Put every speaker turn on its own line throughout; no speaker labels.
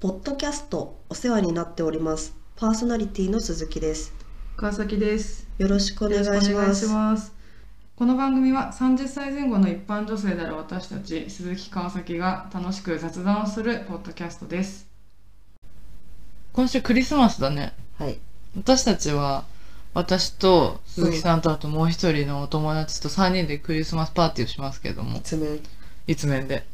ポッドキャストお世話になっております。パーソナリティの鈴木です。
川崎です。
よろしくお願いします。
よろくお願いしますこの番組は30歳前後の一般女性である私たち鈴木川崎が楽しく雑談をするポッドキャストです。今週クリスマスだね。
はい。
私たちは私と鈴木さんとあともう一人のお友達と3人でクリスマスパーティーをしますけども、
一面
一面で。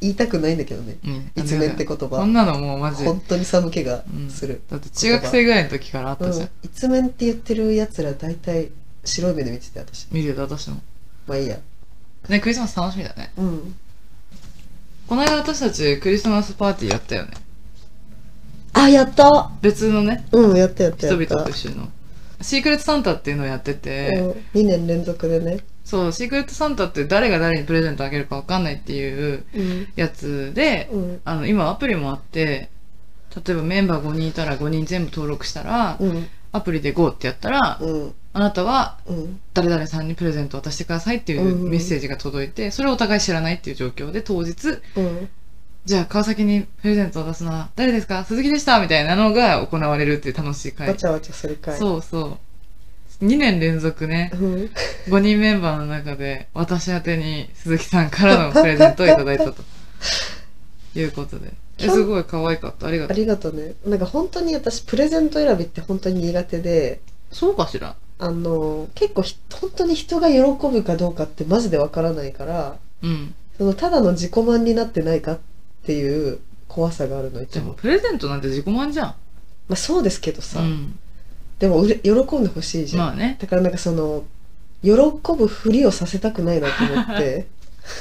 言いたくないんだけどね。
うん。
一面って言
こ
葉
ん。なのもうマジ。
本当に寒気が
うん
する。
だって中学生ぐらいの時からあっ
うん
たじゃん。
一面って言ってるやつら大体白い目で見てて私。
見てた私も。
まあいいや。
ね、クリスマス楽しみだね。
うん。
この間私たちクリスマスパーティーやったよね。
あ、やった
別のね、
うん、やったやっ
人
たやっ
々
た。
と一緒の。シークレットサンタっていうのをやってて、
うん、2年連続でね。
そう、シークレットサンタって誰が誰にプレゼントあげるかわかんないっていう
うん。
やつで、
うん。
あの、今アプリもあって、例えばメンバー5人いたら5人全部登録したら、
うん。
アプリで GO ってやったら、
うん。
あなたは
うん。
誰々さんにプレゼントを渡してくださいってい
うん
う
うん
メッセージが届いて、それをお互い知らないっていう状況で当日、
うん。
じゃあ川崎にプレゼントを渡すのは誰ですか鈴木でしたみたいなのが行われるっていう楽しい会
わちゃわちゃするかい。
そうそう。2年連続ね、
うん。
5人メンバーの中で、私宛てに鈴木さんからのプレゼントをいただいたと。いうことで。え、すごい可愛かった。ありが
あ
とう。
りがとうね。なんか本当に私プレゼント選びって本当に苦手で、
そうかしら
あの結構ひ本当に人が喜ぶかどうかってマジでわからないから、
うん。
そのただの自己満になってないかっていう怖さがあるのいつ
でも、
も。
プレゼントなんて自己満じゃん。
まあそうですけど
う
さ、
ん。
でもうれ喜んでほしいじゃん。
まあね。
だからなんかその喜ぶふりをさせたくないなと思って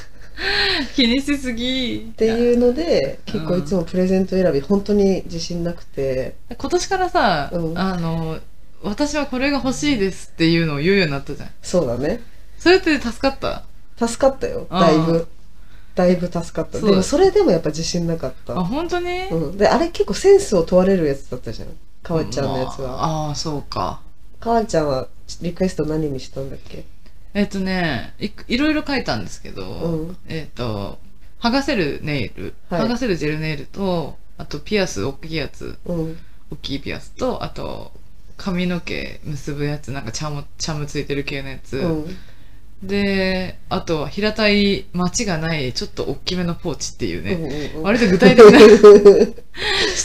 気にしすぎ。っ
って
う。
いうので結構
うん
いつもプレゼント選び本当に自信なくて、
今年からさ、
うん
あの、私はこれが欲しいですっていうのを言うようになったじゃん。
そうだね
それって助かった
助かったよだいぶ、
うん
だいぶ助かった
そう
でもそれでもやっぱ自信なかっ
あ、
た、
本当に
うん、であれ結構センスを問われるやつだったじゃんかわちゃんのやつ
ま
は、
ああー、そうか。
かわちゃんはリクエスト何にしたんだっけ
えっとねいく、いろいろ書いたんですけど、
うん
えっと、剥がせるネイル、
はい
剥がせるジェルネイルと、あとピアス、大きいやつ、
うん
大きいピアスと、あと、髪の毛結ぶやつ、なんかチャム、チャムついてる系のやつ。
うん
で、あとは平たいマチがない、ちょっと大きめのポーチっていう
うんうん
ね、
うん
割と具体的な指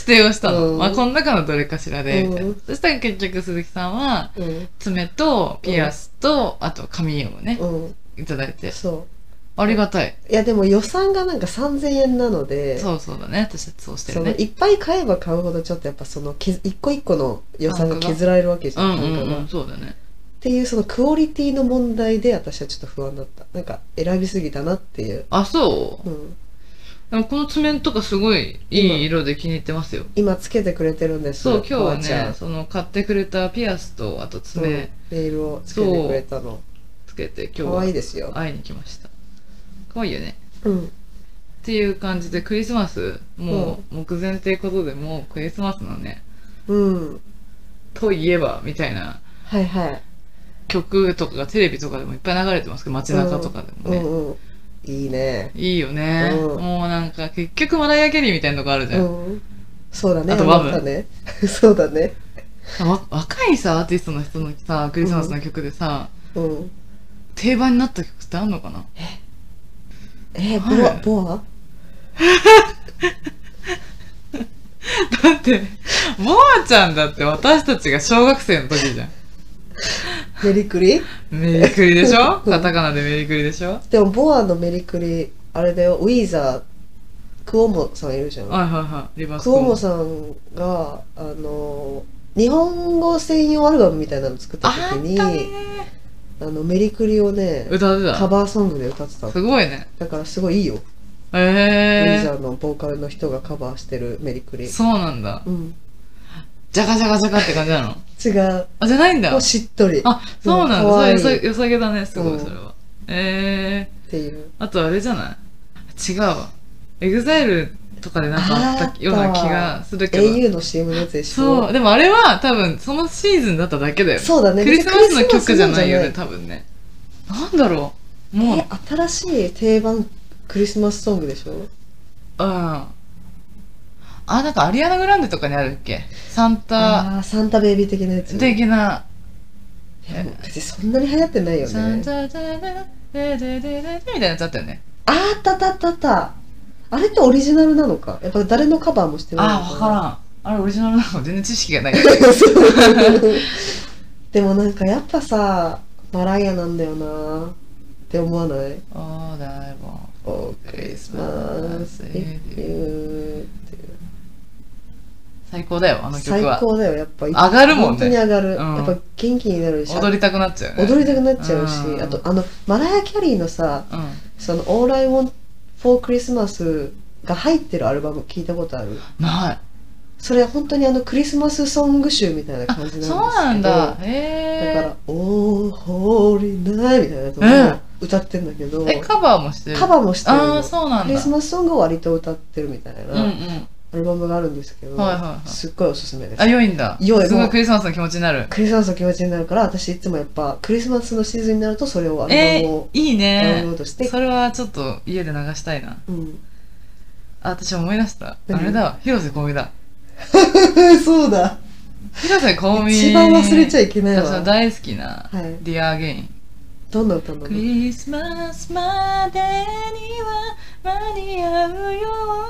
定をしたの。
うん
まあ、この中のどれかしらで、みたいな
うん
そしたら結局鈴木さんは、
うん
爪とピアスと、あと髪をね、
うん
いただいて、
そ
ありがたい。
ういやでも予算がなんか3000円なので
そうそうだね。私たちそうして
そ
る
の
ね。
いっぱい買えば買うほどちょっとやっぱそのけ一個一個の予算が削られるわけじ
う
ゃん
んうん
な
うんん、
か
そうだね。
っていうそのクオリティの問題で私はちょっと不安だったなんか選びすぎたなっていう、
あ、そう
うん、
でもこの爪とかすごいいい色で気に入ってますよ。
今つけてくれてるんです
そう、今日は
かわちゃ
ね、
ん
その買ってくれたピアスと、あと
うん
爪
ネイルをつけてくれたの
つけて、今
可愛い
日
ですよ
は、会いに来ました。可愛いよね。
う
っ
ん、
ていう感じで、クリスマス、もう目前っていうことで、もうクリスマスのね、
うん、
といえば、みたいな
はいはい、
曲とかがテレビとかでもいっぱい流れてますけど、街中とかでもね。
うんうんいいね
いいよね、
うん
もうなんか結局マライア・ケリーみたいなとこあるじゃん、
うんそうだね
あとワブ
あなたね そうだね
わ若いさアーティストの人のさクリスマスの曲でさ、
うん
定番になった曲ってあんのかな は
え
い
ー、ボアボア
だってもあちゃんだって私たちが小学生の時じゃん
メリ クリ
メリクリでし ょ
うん
カタカナでメリクリでしょ
でもボアのメリクリあれだよウィーザークオモさんいるじゃん
はいはいはいリバース
クオモさんがあの日本語専用アルバムみたいなの作った
あ
時
った
に
ね
あのメリクリをね
歌って
カ
た
バーソングで歌ってたの
すごいね
だからすごいいいよウィ
え
ザーのボーカルの人がカバーしてるメリク
え
リ。
そうなんだ
うん。
ジャカジャカジャカって感じなの
違う。
あじゃないんだ
もうしっとりっ
あそうなん
うん可愛い
だそれよさよさげだねすご
うん
いそれはええ
ていう。
あとあれじゃない違うわ。エグザイルとかでなんかあったような気がするけど。
au の CM のやつでしょ
そう。でもあれは多分そのシーズンだっただけだよね。
そうだね。
クリスマスの曲じゃないよね、
別に
多分ね。なんだろう。もう、
クリスマスなんじゃないえ、新しい定番クリスマスソングでしょ
うん。あなんかアリアナ・グランデとかにあるっけサンタ
あーサンタベイビー的なやつ
的な
いやもう別にそんなに流行ってないよ
サン
ね
タタタタデデデデデみたいなやつあったよね
あーあったあったあったあったあれってオリジナルなのかやっぱ誰のカバーもしてないの
あー分からんあれオリジナルなの全然知識がない
でもなんかやっぱさマライアなんだよなって思わない
ああだいぶ
おクリスマスっていう
最高だよあの
最
曲は
高だよやっぱ上
上がるもん
本当に
ね
上がる、
うん
やっぱ元気になるし
踊りたくなっちゃうよね
踊りたくなっちゃうし、
うん
あとあのマライア・キャリーのさ
うん
「その All I Want for Christmas」が入ってるアルバム聞いたことある
ない
それ本当にあのクリスマスソング集みたいな
あ
感じなんですけど
そうなんだへ
だか
え
ら「おーホーリーナイ」みたいなやつ
うん
を歌ってんだけど、
えカバーもしてる
カバーもしてる
あ
の
あそうなんだ
クリスマスソングを割と歌ってるみたい
うんう
なんアルバムがあるんですけど、
はいはいはい
すっごいおすすめです
あ良いんだ
良い
すご
も
いうクリスマスの気持ちになる
クリスマスの気持ちになるから私いつもやっぱクリスマスのシーズンになるとそれをアル
え
バム
ー
を、
いい
ダウン
ね
ロードして、
それはちょっと家で流したいな
うん、
あ私思い出したあ
何
れだわ広瀬香美だ
そうだ
広瀬香美
一番忘れちゃ
い
いけない
私の
わ
大好きな
はい
「ディアーゲイン
どんな歌なの
クリスマスまでには間に合うよ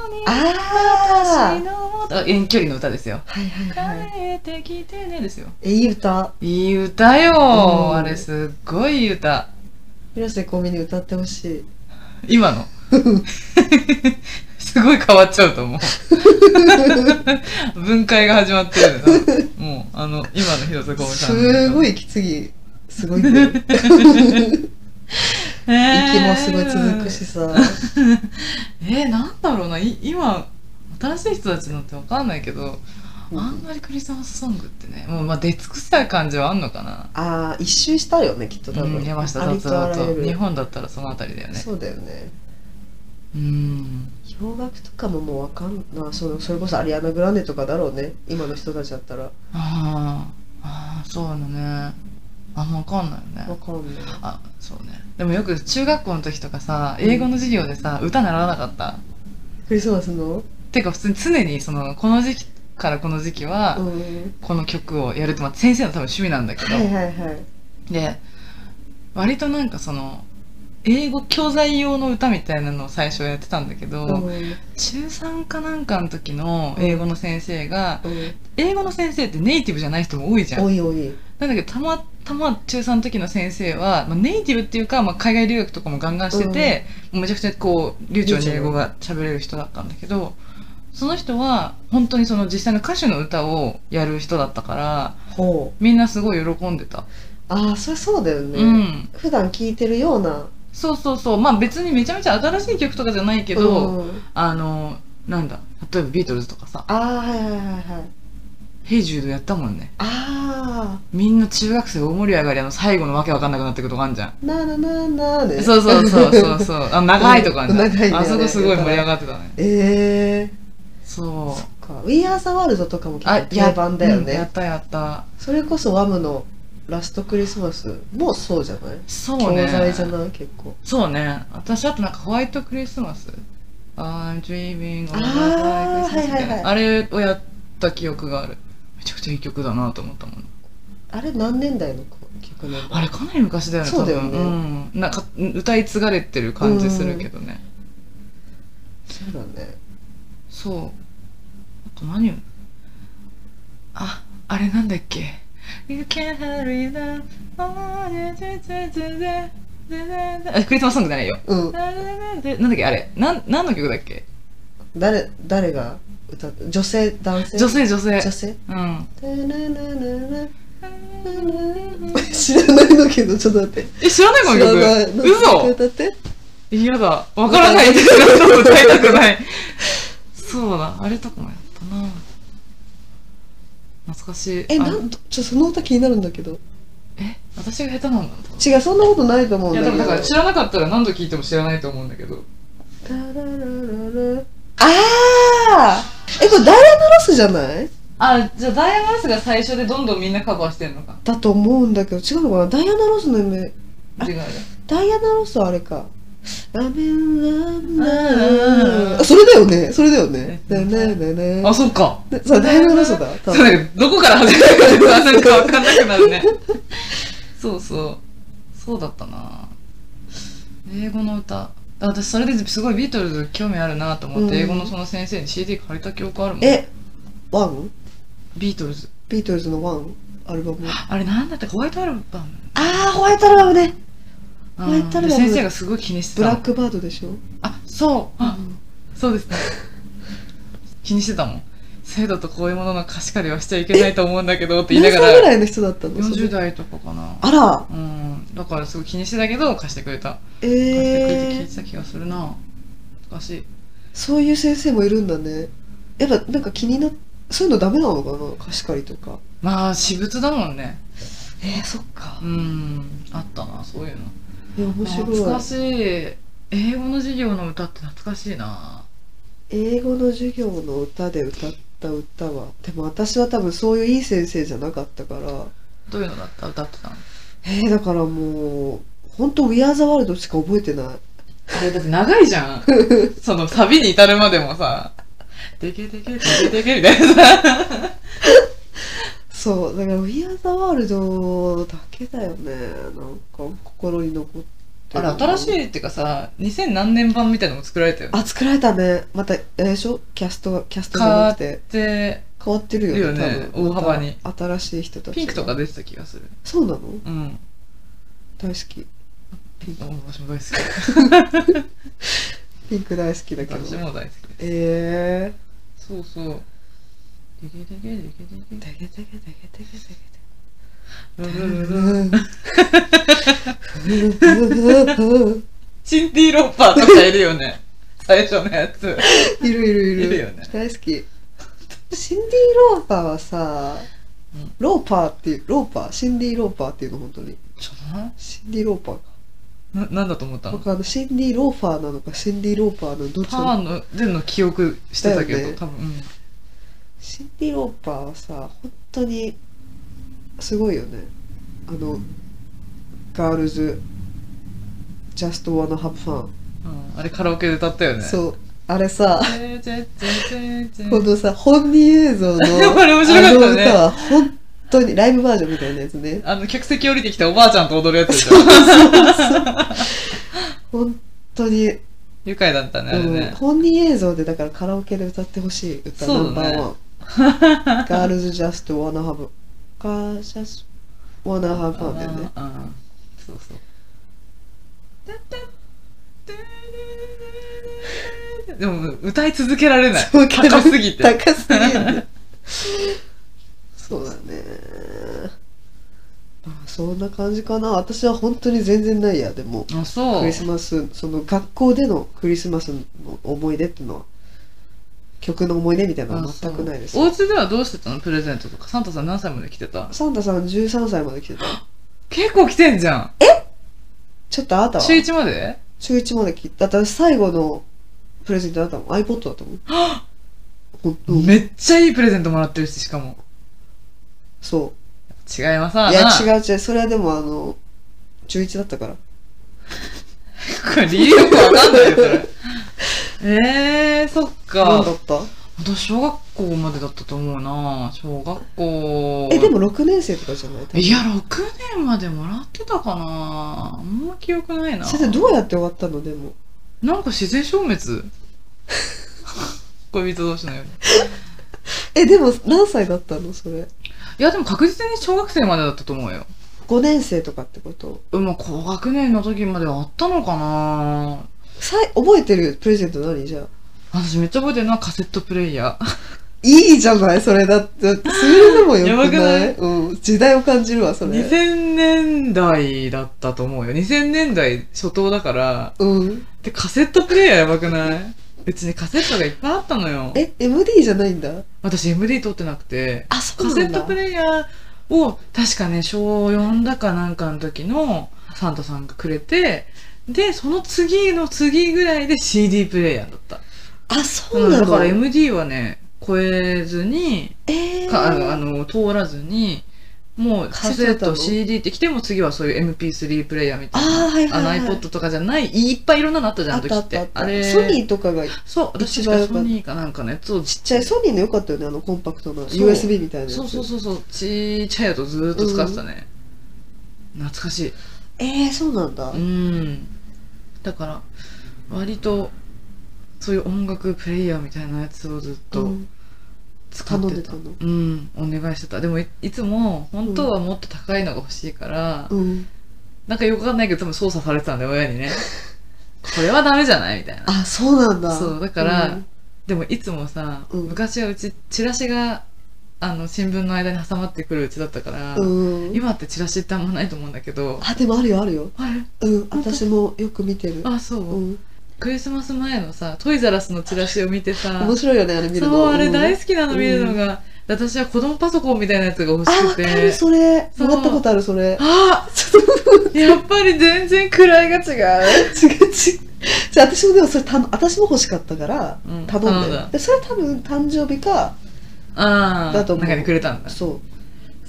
うに
あ
私
ー
の元遠距離の歌ですよ
はいはいはい
帰ってきてねですよ
えいい歌
いい歌よ
うん
あれすっごいいい歌
広瀬香美に歌ってほしい
今のすごい変わっちゃうと 思う分解が始まってるね多分もうあの今の広瀬香美さんの
すごい息継ぎすごいんだよ
えー
息もすごい続くしさ
えー、なんだろうない今新しい人たちなんてわかんないけど
うん
あんまりクリスマスソングってねもうまあ出尽くしたい感じはあんのかな
ああ一周したよねきっと多
う
分
ん山下
あり
達
とあ
郎
らゆ
と
る
日本だったらそのあたりだよね
そうだよね
うん
洋楽とかももうわかんなそのそれこそアリアナ・グランデとかだろうね今の人たちだったら
あーあーそうだねあんまわかんないよね
わかんない
あそうねでもよく中学校の時とかさ英語の授業でさ、歌習わなかった
クリスマスの
てか普通に常にそのこの時期からこの時期は
うん
この曲をやるって、まあ、先生の多分趣味なんだけど、
はいはいはい
で割となんかその英語教材用の歌みたいなのを最初やってたんだけど、
うん
中3かなんかの時の英語の先生が、
うん
英語の先生ってネイティブじゃない人も多いじゃん
おいおい
なんだけどたまたま中3の時の先生は、まあ、ネイティブっていうか、まあ、海外留学とかもガンガンしてて、もうめちゃくちゃこう流暢に英語が喋れる人だったんだけどその人は本当にその実際の歌手の歌をやる人だったから
ほう
みんなすごい喜んでた、
ああそれそうだよね、
うん
普段聴いてるような
そうそうそうまあ別にめちゃめちゃ新しい曲とかじゃないけど、
うん
あのなんだ例えばビートルズとかさ
ああはいはいはいはい
「ヘイジュード」やったもんね
あ
みんな中学生大盛り上がりあの最後のわけわかんなくなってくるとこあんじゃん
あなーなーなーなーね
そうそうそうそうそうあ長いとこあんじゃん、
うん長いね
あそこすごい盛り上がってたね
ええ
そ
ー、そうっか「We Are the World」とかも結
あ
構定番だよね、
やったやった
それこそワムの「ラストクリスマス」もそうじゃない
そうね
教材じゃない結構
そうね私あとなんかホワイトクリスマス I'm dreaming of a
あー
white Christmas みたい
はいはいはい
なあれをやった記憶があるめちゃくちゃいい曲だなと思ったもん
あれ何年代の曲なんだ
あれかなり昔だよね
そうだよね
多分うん、なんか歌い継がれてる感じするけどね、
そうだね
そうあと何をああれなんだっけ You can't hurry the- oh, da- da- da- da- da- da- da- da- あクリスマスソングじゃないよ
うん
だだだだなんだっけあれなん何の曲だっけ
誰誰が歌って女性男性
女性女性
女性
うん
知らないのけどちょっと待って
え知らないこ
知らな
の
い
曲
何
嘘
歌って
嫌だわからないですよ歌いたくないそうだあれとかもやったな懐かしい
え
あ
なんとちょその歌気になるんだけど
え私が下手なんだろう
違うそんなことないと思うん
いや
だ
で
け
も
ど
だから知らなかったら何度聞いても知らないと思うんだけど
タララララあーえこれダイアナ・ロスじゃない
あじゃあダイヤモンスが最初でどんどんみんなカバーしてんのか
だと思うんだけど違うのかなダイアナ・ロスの夢
違うよ
ダイアナ・ロスはあれかラメン
ラメン
あそれだよねそれだよね
え
ねねねね
あ、そっか。
ねそうだいぶ嘘だ多
そ
分
れ、どこから始めたらなんかわかんなくなるね。 そうそう。そうだったな。英語の歌。あ私、それですごいビートルズ興味あるなと思って、
うん
英語のその先生に CD 借りた記憶あるもん。
えワン
ビートルズ。
ビートルズのワンアルバムあ
あれ、なんだったかホワイトアルバム。
あホワイトアルバムね
あー
ホワイトアルバム
先生がすごい気にしてた
ブ
の。
ラックバードでしょ
あ、そう。あ、そうですね。 気にしてたもん。制度とこういうものの貸し借りはしちゃいけないと思うんだけどって言い
何
な
歳
が
ぐ
ら、
らいの人だったのそれ
40代とかかな。
あら
うん、だからすごい気にしてたけど貸してくれた
え
貸してくれて聞い
ー
てた気がするなおかしい
そういう先生もいるんだねやっぱなんか気になっそういうのダメなのかな貸し借りとか
まあ私物だもんね
えー、そっか
うんあったなそういうの
いや面白い
懐かしい英語の授業の歌って懐かしいな
英語の授業の歌で歌った歌はでも私は多分そういういい先生じゃなかったから
どういうのだった歌ってたの
えー、だからもう本当ウィアーザワールドしか覚えてない
あれだって長いじ ゃんそのサビに至るまでもさでけでけでけでけみたいなさ
そうだからウィアーザワールドだけだよねなんか心に残って
あれ新し
い
いっていうかさ2000何年版みたいなのも作られたよね
あ作られたねまたあれでしょキャストがキャストじゃなくて
で
変わってるよね
いいよね
多分
大幅に
また新しい人たちが
ピンクとか出てた気がする
そうなの
うん
大好きピンク
私も大好き
ピンク大好きだけど
私も大 好きです
ええー、
そうそうでけでけでけでけ
テケテケテケテケテケ
シンディ・ロッパーとかいるよね最初のやつ
いるいるいる
いるよね
大好きシンディ・ローパーはさ
うん
ローパーっていうローパーシンディ・ローパーっていうの本当に
ちょっとな
シンディ・ローパーか
ななんだと思ったの
僕あのシンディ・ローファーなのかシンディ・ローパーなのどっち
パワ
の
ーのでの記憶してたけ
だよ
ど、
ね
多分、うん
シンディ・ローパーはさ本当にすごいよねあのガールズジャスト・ワナ・ハブ・ファン
うんあれカラオケで歌ったよね う
そうあれさこ
あ
のさ本人映像の
あ れ面白かったね
あの歌は本当にライブバージョンみたいなやつね
の客席降りてきたおばあちゃんと踊るやつでしょ
本当に、
愉快だったねあれ
うん、
ね、
本人映像でだからカラオケで歌ってほしい歌、
そ
ナ
う
ン
だ
バ
ね
ーワンガールズジャストワナハブガールズジャストワナハブだよね
あーあーそうそうでも歌い続けられない
そうけど
高すぎて
高すぎるそうだねまあそんな感じかな私は本当に全然ないやでも
あそ
ク
う
リスマスその学校でのクリスマスの思い出っていうのは曲の思い出みたいなのは全くないです
あそうお家ではどうしてたのプレゼントとかサンタさん何歳まで来てた
サンタさん13歳まで来てた
結構来てんじゃん
ちょっとあなたは
中1まで
中1まで来て私最後のプレゼントだったもん iPod だったもんほんと
めっちゃいいプレゼントもらってるししかも
そ
違います
う
ない
や違う違うそれはでもあの中1だったから
これ理由よくわかんないよそれえー、そっ
何
か
だった
私小学校までだったと思うな小学校
えでも6年生とかじゃない
いや、6年までもらってたかなあんま記憶ないな。
先生どうやって終わったのでも
なんか自然消滅恋人同士のように。
えでも何歳だったのそれ
いや、でも確実に小学生までだったと思うよ。
5年生とかってこと
うんまあ、高学年の時まではあったのかな
さい覚えてるプレゼント何じゃあ
私めっちゃ覚えてるのはカセットプレイヤー。
いいじゃないそれ だってそれでもよくない
やばくない
うん、時代を感じるわそれ
2000年代だったと思うよ。2000年代初頭だから。
うん
で、カセットプレイヤーやばくないうちにカセットがいっぱいあったのよ。
え MD じゃないんだ
私 MD 撮ってなくて。
あそ
カセットプ
イ
レイヤーを確かね小4だかなんかの時のサンタさんがくれてでその次の次ぐらいで CD プレイヤーだった
あそうな
だか
の
ら MD はね超えずに
えー、
かあのあの通らずにもうカセッ
カセット
ト CD って来ても次はそういう MP3 プレイヤーみたいな
ああはい
あの
はい、はい、
iPod とかじゃないいっぱいいろんなのあったじゃん
あ
あ
っ
の
た
時
あ
っ
ったあ
て
った
あれ
ソニーとかがち
そう私
一
確か
番良かった
ソニーかなんかのやつをち
っちゃいソニーの良かったよねあのコンパクトな
そう
USB みたいなやつ
そうそうそうそうちっちゃいやつをずーっと使ってたね、懐かしい
えー、そうなんだ、
うんだから割とそういう音楽プレイヤーみたいなやつをずっ
う
と
ん
使
頼
っ
ん
て
で
た、
たの
うん、お願いしてたでもいいつも本当はもっと高いのが欲しいから、
うん
なんかよくわかんないけど多分操作されてたんで親 にねこれはダメじゃないみたいな
あそうなんだ
そうだから
ん
でもいつもさ、
うん
昔はうちチラシがあの新聞の間に挟まってくるうちだったから、
うん
今ってチラシってあんまないと思うんだけど
あでもあるよあるよ
あれ
うん
本当
私もよく見てる
あそう、
うん
クリスマス前のさトイザラスのチラシを見てさ
面白いよねあれ見るの
そうあれ大
好き
好きなの見るのが、私は子供パソコンみたいなやつが欲
あ
しく
わか
て
るそれ
そう
もらったことあるそれ
あやっぱり全然位が違う、
違う違うじゃあ私もでもそれ頼私も欲しかったから
うん
頼んで,、
頼んだ
でそれ多分誕生日か
ああ
だと思う
中でくれたんだ
そう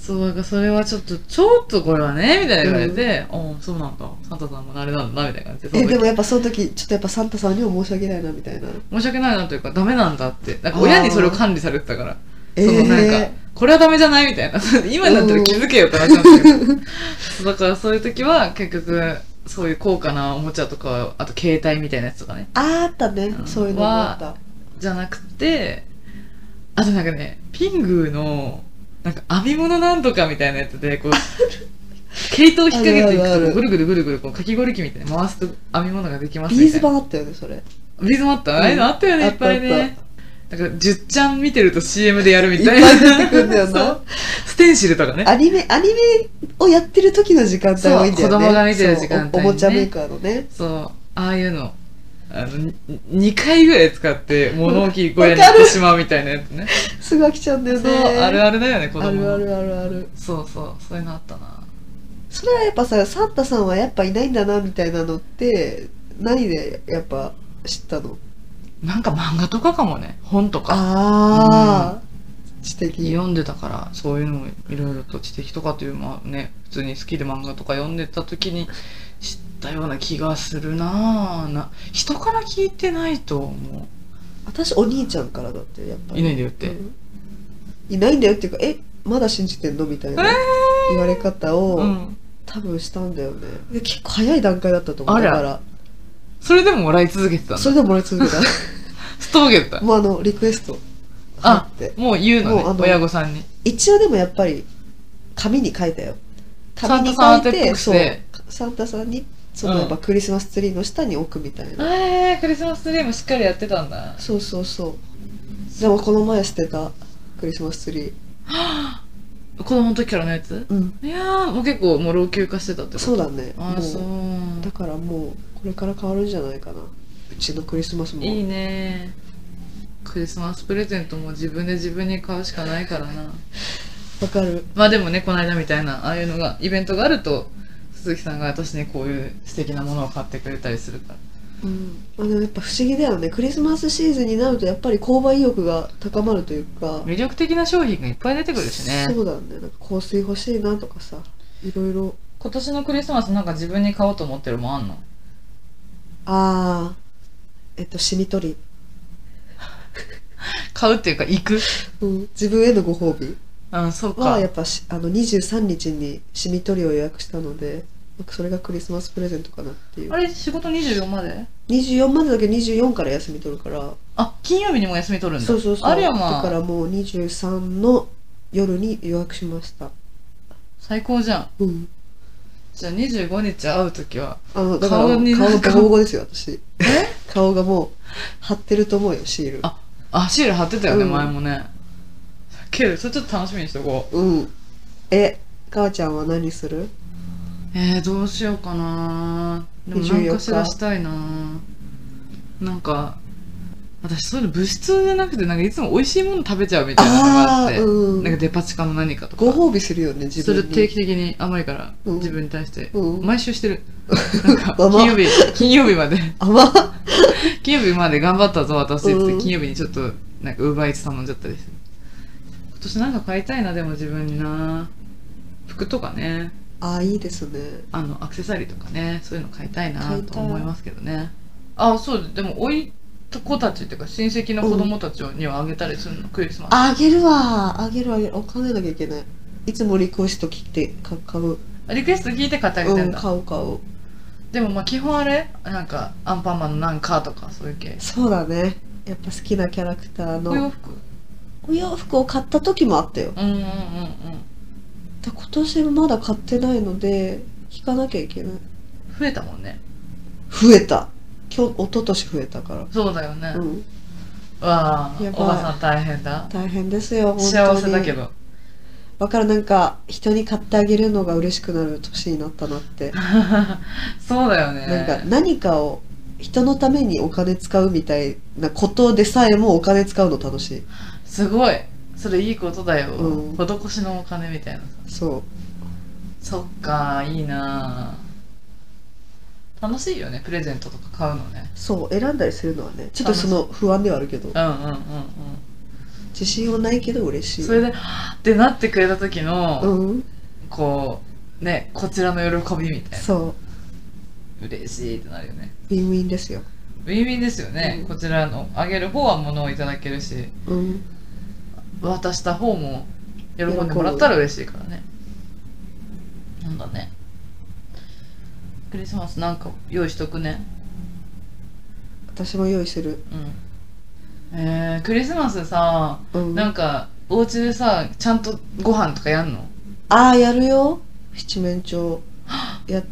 そうだからそれはちょっとちょっとこれはねみたいな言われて、ああそうなんだサンタさんもあれなんだなみたいな感じで
え
その時
でもやっぱその時ちょっとやっぱサンタさんにも申し訳ないなみたいな
申し訳ないなというかダメなんだってなんか親にそれを管理されてたからそのなんか、
え
これはダメじゃないみたいな 今になったら気づけよって話なんです けどそうだからそういう時は結局そういう高価なおもちゃとかあと携帯みたいなやつとかね
ー、ああったね、
うん
そういうのもあった
じゃなくてあとなんかねピングーのなんか編み物なんとかみたいなやつで こう毛糸を引っ掛けてい
あるあるあ
くとぐ
る
るぐるぐるぐるこうかき氷機みたいに回すと編み物ができます
ビ
み
ー
た
ズ
いな
版あったよねそれ
ビーズもあったああいうのあったよね、
うん
いっぱい
あったあっ
ねだからじゅっちゃん見てると CM でやるみたい
い
な
っぱい出てくんだよ な
そうステンシルとかね
アニメアニメをやってる時の時間帯多いんだよね
そう子供が見てる時間帯ね
そうおおもちゃメーカーのね
そうああいうのあのに2回ぐらい使 って物置小屋に行ってしまうみたいなやつね
すぐ飽きちゃうんだよ
そ
ね
うある
あ
あるだよね子
る
供の
あるあるあるある
そうそうそういうのあったな
それはやっぱさサンタさんはやっぱいないんだなみたいなのって何でやっぱ知ったの
なんか漫画とかかもね本とか
ああ、知的
読んでたからそういうのもいろいろと知的とかというまあね普通に好きで漫画とか読んでた時に知ったような気がするなぁな人から聞いてないと思
私お兄ちゃんからだってやっぱ
う
り
いないんだよって、
うんいないんだよっていうかえまだ信じてんのみたいな
え
言われ方を、
ーうん
多分したんだよねで結構早い段階だったと思う
あ
だ
ら
から
それでももらい続けてたんだ
そ
ス
れでももらい続けた
トーゲだった
もうあのリクエスト
あ
あって
もう言う
もうあ
の
の
ね親御さんに
一応でもやっぱり紙に書いたよ紙に書
サン
い
タさん宛てっぽ
て
く
そ
し
う
て
サンタさんにその
うん
やっぱクリスマスツリーの下に置くみたいな、
えー、クリスマスツリーもしっかりやってたんだ
そうそうそうでもこの前捨てたクリスマスツリー
子供の時からのやつ
うん
いやーもう結構もう老朽化してたってこと
そうだね
あーそう
もうだからもうこれから変わるんじゃないかなうちのクリスマスも
いいねクリスマスプレゼントも自分で自分に買うしかないからな
わかる
まあでもねこの間みたいなああいうのがイベントがあると鈴木さんが私にこういう素敵なものを買ってくれたりするから
うん、あのやっぱ不思議だよねクリスマスシーズンになるとやっぱり購買意欲が高まるというか
魅力的な商品がいっぱい出てくるしね
そうだねなんか香水欲しいなとかさいろいろ
今年のクリスマスなんか自分に買おうと思ってるもんあんの
ああえっとしみ取り、
買うっていうか行く
うん、自分へのご褒美
うんそうか
はやっぱしあの23日にしみ取りを予約したのでなんかそれがクリスマスプレゼントかなっていう
あれ仕事24まで
24までだけど24から休み取るから
あ金曜日にも休み取るんだ
そうそうそう
あれはま
だか
あ
らもう23の夜に予約しました
最高じゃん
うん
じゃあ25日会う時は
あのだから
顔になん
顔
か
ボコボコですよ私顔がもう張ってると思うよシール
ああシール貼ってたよね、
うん
前もねけどそれちょっと楽しみにしとこう
うんえ母ちゃんは何する
えー、どうしようかなでも何かし
24
ら
日
したいななんか私そういうの物質じゃなくてなんかいつも美味しいもの食べちゃうみたいなのがあって
あーうん
なんかデパ地下の何かとか
ご褒美するよね自
それ
分に
定期的に甘いから、
うん
自分に対して、
うん
毎週してるなん か
甘っ
金曜日金曜日まで
甘っ
金曜日まで頑張ったぞ私って言って、
うん
金曜日にちょっとなんかウーバーイーツ頼んじゃったりする今年なんか買いたいなでも自分にな服とかね
ああいいですね
あのアクセサリーとかねそういうの買いたいな
買いたい
と思いますけどねあそうでもおいと子たちっていうか親戚の子供たちにはあげたりするのクリスマス
あげるわあげるあげるお金なきゃいけないいつもリクエスト切ってか買う
あリクエスト聞いて買ってあげて
うんん
だ、
買う買う
でもまあ基本あれなんかアンパンマンのなんかとかそういう系
そうだねやっぱ好きなキャラクター
お洋
の
服
お洋服を買った時もあったよ
うんうんうんうん
で今年もまだ買ってないので引かなきゃいけない
増えたもんね
増えた今日一昨年増えたから
そうだよね、
う
わあ
んやばい
おばさん大変だ
大変ですよ本当に
幸せだけど
わかるなんか人に買ってあげるのが嬉しくなる年になったなって、
そうだよね
なんか何かを人のためにお金使うみたいなことでさえもお金使うの楽しい
すごいそれいいことだよ、
うん
施しのお金みたいなさ
そ
そっかいいなあ楽しいよねプレゼントとか買うのね
うそう選んだりするのはねちょっとその不安ではあるけど
うんうんうんうん
自信はないけど嬉しい
それではぁってなってくれた時の、
うん
こうねこちらの喜びみたい
そう
な嬉しいってなるよね
ウィンウィンですよ
ウィンウィンですよね、
うん
こちらのあげる方は物をいただけるし
うん
渡した方も喜んでもらったら嬉しいからねなんだねクリスマスなんか用意しとくね
私も用意する
うんえー、クリスマスさ
うん
なんかお家でさちゃんとご飯とかやんの
ああやるよ七面鳥や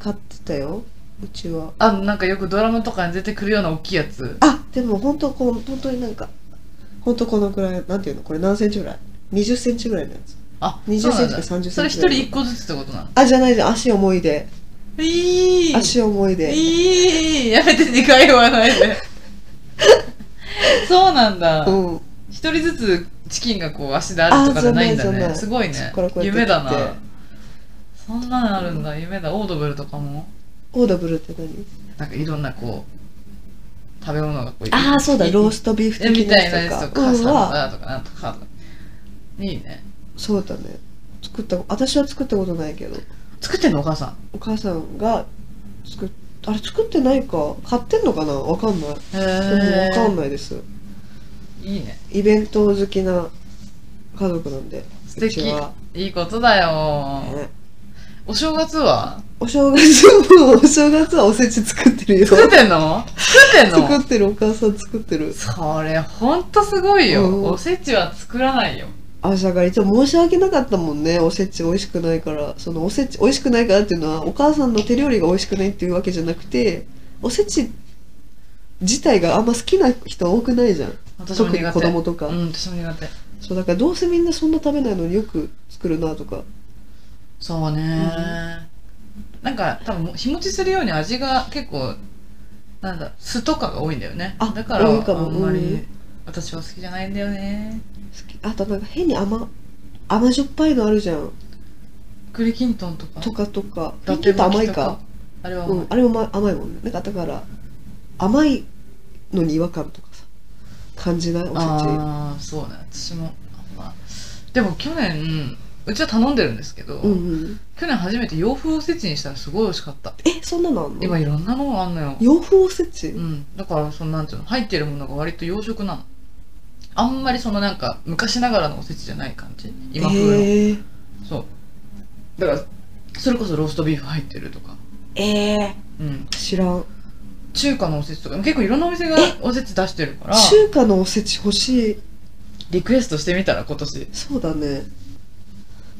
買ってたようちは
あなんかよくドラマとかに出てくるような大きいやつ
あでも本当こう本当になんか本当このくらいなんていうのこれ何センチぐらい20センチぐらいのやつ
あ
20
そうなん
セン
だ
チか30センチ
それ一人一個ずつってことなの
あじゃないじゃん足重いで
いい
足重いで
いいやめて2回言わない でそうなんだ
うん
一人ずつチキンがこう足であるとかじゃないんだ
あじゃないじゃな
ね
い
すごい
そっ
ね
からこうやって
夢だ
切
な
って
そんなのあるんだ夢だオードブルとかも
オーダブルって何
なんかいろんなこう食べ物がこう
ああそうだロー
ス
ストビーフ
え
的
み
な
たいなや
や
つ
つ
と
と
か
かうん
サラ
は
ダとかなんとかいいね
そうだね作った私は作ったことないけど
作ってんのお母さん
お母さんが作っあれ作ってないか買ってんのかなわかんない
へ
でもわかん
え
ないです
いいね
イベント好きな家族なんで
素
うち
敵
はい
いことだよ
ね
お正月は
お正月もお正月はおせち作ってるよ
作ってんの作ってんの
作ってるお母さん作ってる
それほんとすごいよ、
うん
おせちは作らないよ
あだから一応申し訳なかったもんねおせち美味しくないからそのおせち美味しくないからっていうのはお母さんの手料理が美味しくないっていうわけじゃなくておせち自体があんま好きな人多くないじゃん
私も
特
苦手
に子供とか、
うん私も苦手
そうだからどうせみんなそんな食べないのによく作るなとか
そうね、なんか多分日持ちするように味が結構なんだ酢とかが多いんだよね
あ
だから
多いかも
あんま
う
り
ん
私は好きじゃないんだよね
好きあとなんか変に甘甘じょっぱいのあるじゃん
栗きんとんとか
とかとか
だ
ちょっと甘いか
あれは
う
甘い、
ん、あれもま甘いもんねなんかだから甘いのに違和感とかさ感じないおせち
ああそうね私もまあでも去年うちは頼んでるんですけど、
うんうん
去年初めて洋風おせちにしたらすごい美味しかった
えそんなのあんの
今いろんなのがあんのよ
洋風おせち、
うん、だからそのなんていうの入ってるものが割と洋食なのあんまりそのなんか昔ながらのおせちじゃない感じ今風の、
えー、
そうだからそれこそローストビーフ入ってるとか
えー、
うん
知らん
中華のおせちとか結構いろんなお店が
え
おせち出してるから
中華のおせち欲しい
リクエストしてみたら今年
そうだね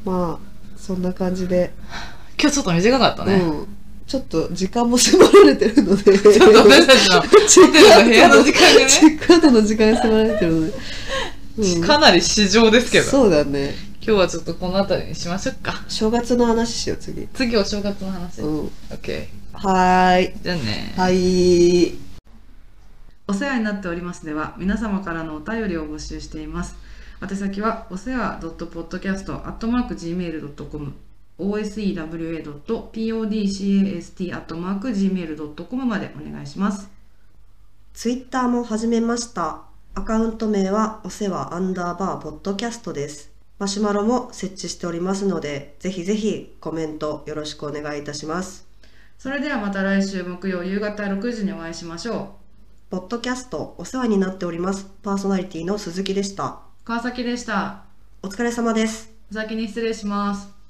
まあそんな感じで、
今日ちょっと短かったね、
うんちょっと時間も迫られてるので
ちょっと私たちの
チェ
テルの部屋の時間がね
チェックアウトの時間に迫られてるので、うん
かなり市場ですけど
そうだね
今日はちょっとこの辺りにしましょうか
正月の話しよう次
次お正月の話、
う
オッ
ん
OK
はーい
じゃあね
はい
お世話になっておりますでは皆様からのお便りを募集しています宛先はお世話 .podcast.gmail.com osewa.podcast.gmail.com までお願いします
ツイッターも始めました。アカウント名はお世話アンダーバーポッドキャストです。マシュマロも設置しておりますので、ぜひぜひコメントよろしくお願いいたします。
それではまた来週木曜夕方6時にお会いしましょ
ポッドキャストお世話になっております。パーソナリティの鈴木でした。
う川崎でした
お疲れ様です。
お先に失礼します